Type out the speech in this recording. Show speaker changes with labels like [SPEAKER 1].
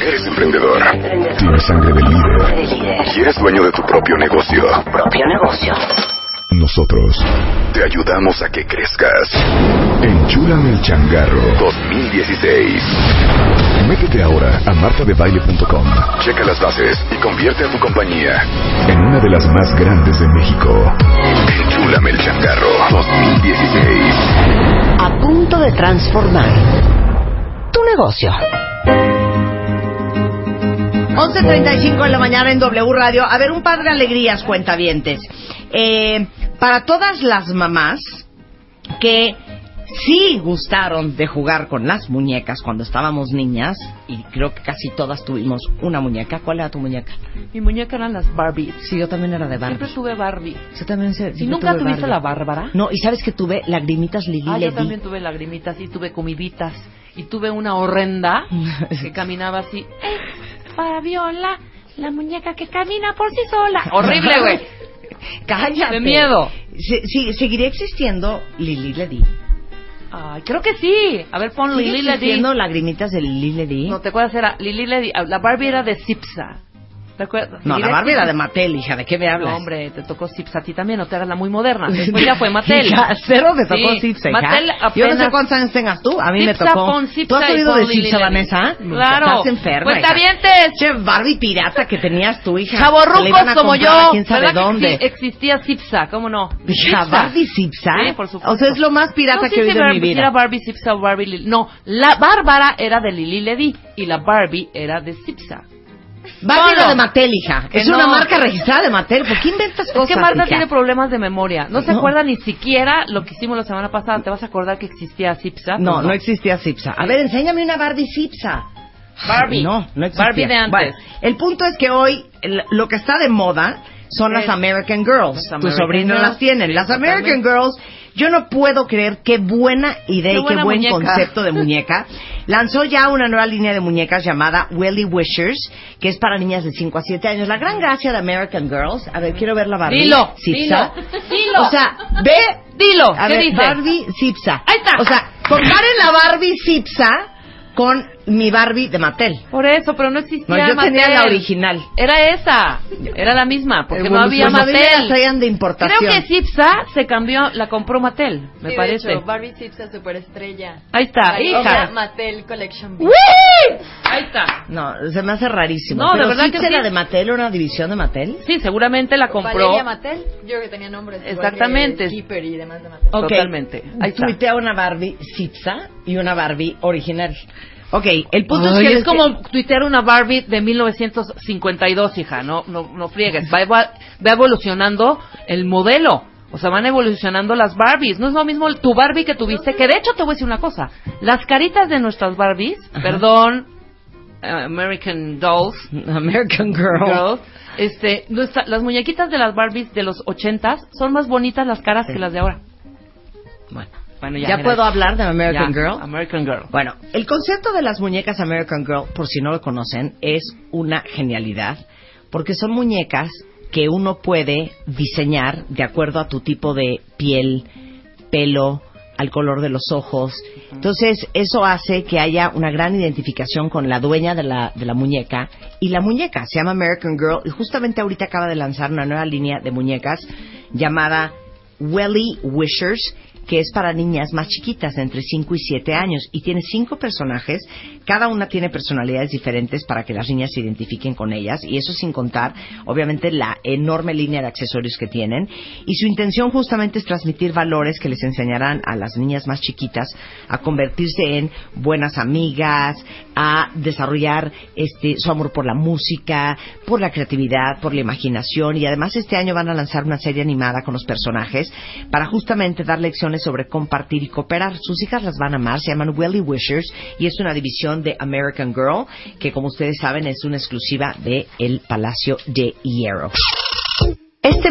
[SPEAKER 1] Eres emprendedor. Tienes sangre de líder. Y eres dueño de tu propio negocio.
[SPEAKER 2] propio negocio.
[SPEAKER 1] Nosotros te ayudamos a que crezcas. Enchulan el changarro 2016. Métete ahora a martadebaile.com. Checa las bases y convierte a tu compañía en una de las más grandes de México. Enchúlame el changarro 2016.
[SPEAKER 2] A punto de transformar tu negocio.
[SPEAKER 3] 11.35 de la mañana en W Radio. A ver, un par de alegrías, cuentavientes. Eh, para todas las mamás que sí gustaron de jugar con las muñecas cuando estábamos niñas, y creo que casi todas tuvimos una muñeca. ¿Cuál era tu muñeca?
[SPEAKER 4] Mi muñeca eran las Barbies.
[SPEAKER 3] Sí, yo también era de
[SPEAKER 4] Siempre tuve Barbie.
[SPEAKER 3] Yo también sé-
[SPEAKER 4] Si
[SPEAKER 3] yo
[SPEAKER 4] nunca
[SPEAKER 3] tuve
[SPEAKER 4] tuviste
[SPEAKER 3] Barbie.
[SPEAKER 4] la Bárbara.
[SPEAKER 3] No, y sabes que tuve lagrimitas Lili
[SPEAKER 4] Ah,
[SPEAKER 3] Ledi.
[SPEAKER 4] yo también tuve lagrimitas y tuve comiditas. Y tuve una horrenda que caminaba así. ¡Eh, Fabiola! La muñeca que camina por sí sola. Horrible, güey.
[SPEAKER 3] Cállate.
[SPEAKER 4] De miedo.
[SPEAKER 3] Sí, sí, ¿Seguiría existiendo Lili Ledi?
[SPEAKER 4] Ay, creo que sí. A ver, pon
[SPEAKER 3] ¿Sigue
[SPEAKER 4] Ah, Lili Ledi.
[SPEAKER 3] existiendo lagrimitas de Lili Ledi?
[SPEAKER 4] No, ¿te acuerdas? Era Lili Ledi. Ah, La Barbie era de Cipsa. ¿Te acuerdas?
[SPEAKER 3] No, la Barbie era de Mattel, hija, ¿de qué me hablas?
[SPEAKER 4] No, hombre, te tocó Cipsa a ti también, no te hagas la muy moderna. Después ya fue Mattel.
[SPEAKER 3] Hija, cero me tocó
[SPEAKER 4] Sí,
[SPEAKER 3] Cipsa, hija.
[SPEAKER 4] Mattel
[SPEAKER 3] Yo no sé
[SPEAKER 4] apenas-
[SPEAKER 3] cuántos años tengas tú, a mí
[SPEAKER 4] Cipsa
[SPEAKER 3] me tocó.
[SPEAKER 4] con
[SPEAKER 3] ¿Tú
[SPEAKER 4] Cipsa
[SPEAKER 3] has
[SPEAKER 4] y
[SPEAKER 3] oído
[SPEAKER 4] con
[SPEAKER 3] de
[SPEAKER 4] Lili
[SPEAKER 3] Cipsa,
[SPEAKER 4] Ledi.
[SPEAKER 3] Vanessa?
[SPEAKER 4] Claro. Pues
[SPEAKER 3] Estás enferma, hija.
[SPEAKER 4] Cuentavientes.
[SPEAKER 3] Che, Barbie pirata que tenías tú, hija. Que le iban
[SPEAKER 4] Chavorrucos
[SPEAKER 3] a
[SPEAKER 4] como yo.
[SPEAKER 3] comprar a ¿Quién sabe
[SPEAKER 4] ¿Verdad que
[SPEAKER 3] dónde?
[SPEAKER 4] sí existía Cipsa, ¿cómo no?
[SPEAKER 3] Hija, Barbie Cipsa.
[SPEAKER 4] Sí, por supuesto.
[SPEAKER 3] O sea, es lo más pirata
[SPEAKER 4] no,
[SPEAKER 3] que
[SPEAKER 4] sí,
[SPEAKER 3] he oído
[SPEAKER 4] sí,
[SPEAKER 3] en
[SPEAKER 4] Barbie-
[SPEAKER 3] mi
[SPEAKER 4] sí
[SPEAKER 3] vida.
[SPEAKER 4] era Barbie Cipsa o Barbie Lili. No, la Bárbara era de Lili Ledi y la Barbie era de Cipsa.
[SPEAKER 3] Barbie
[SPEAKER 4] Solo.
[SPEAKER 3] era de Mattel, hija.
[SPEAKER 4] Que
[SPEAKER 3] Es una
[SPEAKER 4] no.
[SPEAKER 3] marca registrada de Mattel. ¿Por qué inventas
[SPEAKER 4] Es
[SPEAKER 3] cosas,
[SPEAKER 4] que Marta
[SPEAKER 3] hija?
[SPEAKER 4] tiene problemas de memoria. No se
[SPEAKER 3] No.
[SPEAKER 4] acuerda ni siquiera lo que hicimos la semana pasada. ¿Te vas a acordar que existía Cipsa?
[SPEAKER 3] No,
[SPEAKER 4] Pues
[SPEAKER 3] no existía Cipsa. A ver, enséñame una Barbie Cipsa.
[SPEAKER 4] Barbie.
[SPEAKER 3] No, no existía.
[SPEAKER 4] Barbie de antes.
[SPEAKER 3] Bueno, el punto es que hoy el- lo que está de moda son las
[SPEAKER 4] Es-
[SPEAKER 3] American Girls.
[SPEAKER 4] Las
[SPEAKER 3] Tus
[SPEAKER 4] American
[SPEAKER 3] sobrinos
[SPEAKER 4] Girls,
[SPEAKER 3] las tienen.
[SPEAKER 4] sí,
[SPEAKER 3] Las American
[SPEAKER 4] totalmente.
[SPEAKER 3] Girls, yo no puedo creer qué buena idea
[SPEAKER 4] Qué
[SPEAKER 3] y qué
[SPEAKER 4] buena
[SPEAKER 3] buen
[SPEAKER 4] muñeca.
[SPEAKER 3] concepto de muñeca. Lanzó ya una nueva línea de muñecas llamada Welly Wishers, que es para niñas de 5 a 7 años. La gran gracia de American Girls. A ver, quiero ver la Barbie.
[SPEAKER 4] Dilo,
[SPEAKER 3] Cipsa.
[SPEAKER 4] dilo, dilo.
[SPEAKER 3] O sea, ve
[SPEAKER 4] Dilo,
[SPEAKER 3] a
[SPEAKER 4] ¿qué
[SPEAKER 3] ver,
[SPEAKER 4] dice?
[SPEAKER 3] Barbie Zipsa.
[SPEAKER 4] Ahí está.
[SPEAKER 3] O sea, comparen la Barbie Zipsa con mi Barbie de Mattel.
[SPEAKER 4] Por eso, pero no existía
[SPEAKER 3] No, yo
[SPEAKER 4] Mattel.
[SPEAKER 3] tenía la original.
[SPEAKER 4] Era esa. Era la misma, porque no había
[SPEAKER 3] Evolucionó. Las Barbie las
[SPEAKER 4] Mattel.
[SPEAKER 3] traían de importación.
[SPEAKER 4] Creo que Cipsa se cambió, la compró Mattel, me
[SPEAKER 5] Sí,
[SPEAKER 4] parece.
[SPEAKER 5] De hecho, Barbie Cipsa Superestrella.
[SPEAKER 4] Ahí está,
[SPEAKER 5] La
[SPEAKER 4] hija.
[SPEAKER 5] propia Mattel Collection.
[SPEAKER 4] ¡Uy! Ahí está.
[SPEAKER 3] No, se me hace rarísimo.
[SPEAKER 4] No, de
[SPEAKER 3] Pero
[SPEAKER 4] verdad que
[SPEAKER 3] Zipsa
[SPEAKER 4] sí.
[SPEAKER 3] era de Mattel, era una división de Mattel.
[SPEAKER 4] Sí, seguramente la compró.
[SPEAKER 5] Valeria Mattel, yo creo que tenía nombres. igual
[SPEAKER 4] Exactamente.
[SPEAKER 5] que Keeper y demás de Mattel.
[SPEAKER 4] Ok. Totalmente. Ahí está.
[SPEAKER 3] Tuitea una Barbie Zipsa y una Barbie original. Ok, el punto
[SPEAKER 4] Ay,
[SPEAKER 3] es que...
[SPEAKER 4] es como tuitear una Barbie de 1952, hija. No, no, no friegues. Va, eva- va evolucionando el modelo. O sea, van evolucionando las Barbies. No es lo mismo tu Barbie que tuviste. Que de hecho te voy a decir una cosa. Las caritas de nuestras Barbies,
[SPEAKER 3] Ajá.
[SPEAKER 4] perdón, eh, American Dolls,
[SPEAKER 3] American Girl.
[SPEAKER 4] Girls, este, nuestra- las muñequitas de las Barbies de los 80 son más bonitas las caras
[SPEAKER 3] Sí.
[SPEAKER 4] que las de ahora.
[SPEAKER 3] Bueno,
[SPEAKER 4] Bueno,
[SPEAKER 3] ya,
[SPEAKER 4] ya. mira.
[SPEAKER 3] puedo hablar de American
[SPEAKER 4] Ya,
[SPEAKER 3] Girl.
[SPEAKER 4] American Girl.
[SPEAKER 3] Bueno, el concepto de las muñecas American Girl, por si no lo conocen, es una genialidad, porque son muñecas que uno puede diseñar de acuerdo a tu tipo de piel, pelo, al color de los ojos. Entonces, eso hace que haya una gran identificación con la dueña de la, de la muñeca. Y la muñeca se llama American Girl y justamente ahorita acaba de lanzar una nueva línea de muñecas llamada Welly Wishers, que es para niñas más chiquitas, de entre 5 y 7 años, y tiene cinco personajes. Cada una tiene personalidades diferentes para que las niñas se identifiquen con ellas, y eso sin contar, obviamente, la enorme línea de accesorios que tienen. Y su intención justamente es transmitir valores que les enseñarán a las niñas más chiquitas a convertirse en buenas amigas, a desarrollar este, su amor por la música, por la creatividad, por la imaginación, y además este año van a lanzar una serie animada con los personajes para justamente dar lecciones reflexiones sobre compartir y cooperar. Sus hijas las van a amar, se llaman Welly Wishers y es una división de American Girl que, como ustedes saben, es una exclusiva de el Palacio de Hierro. Este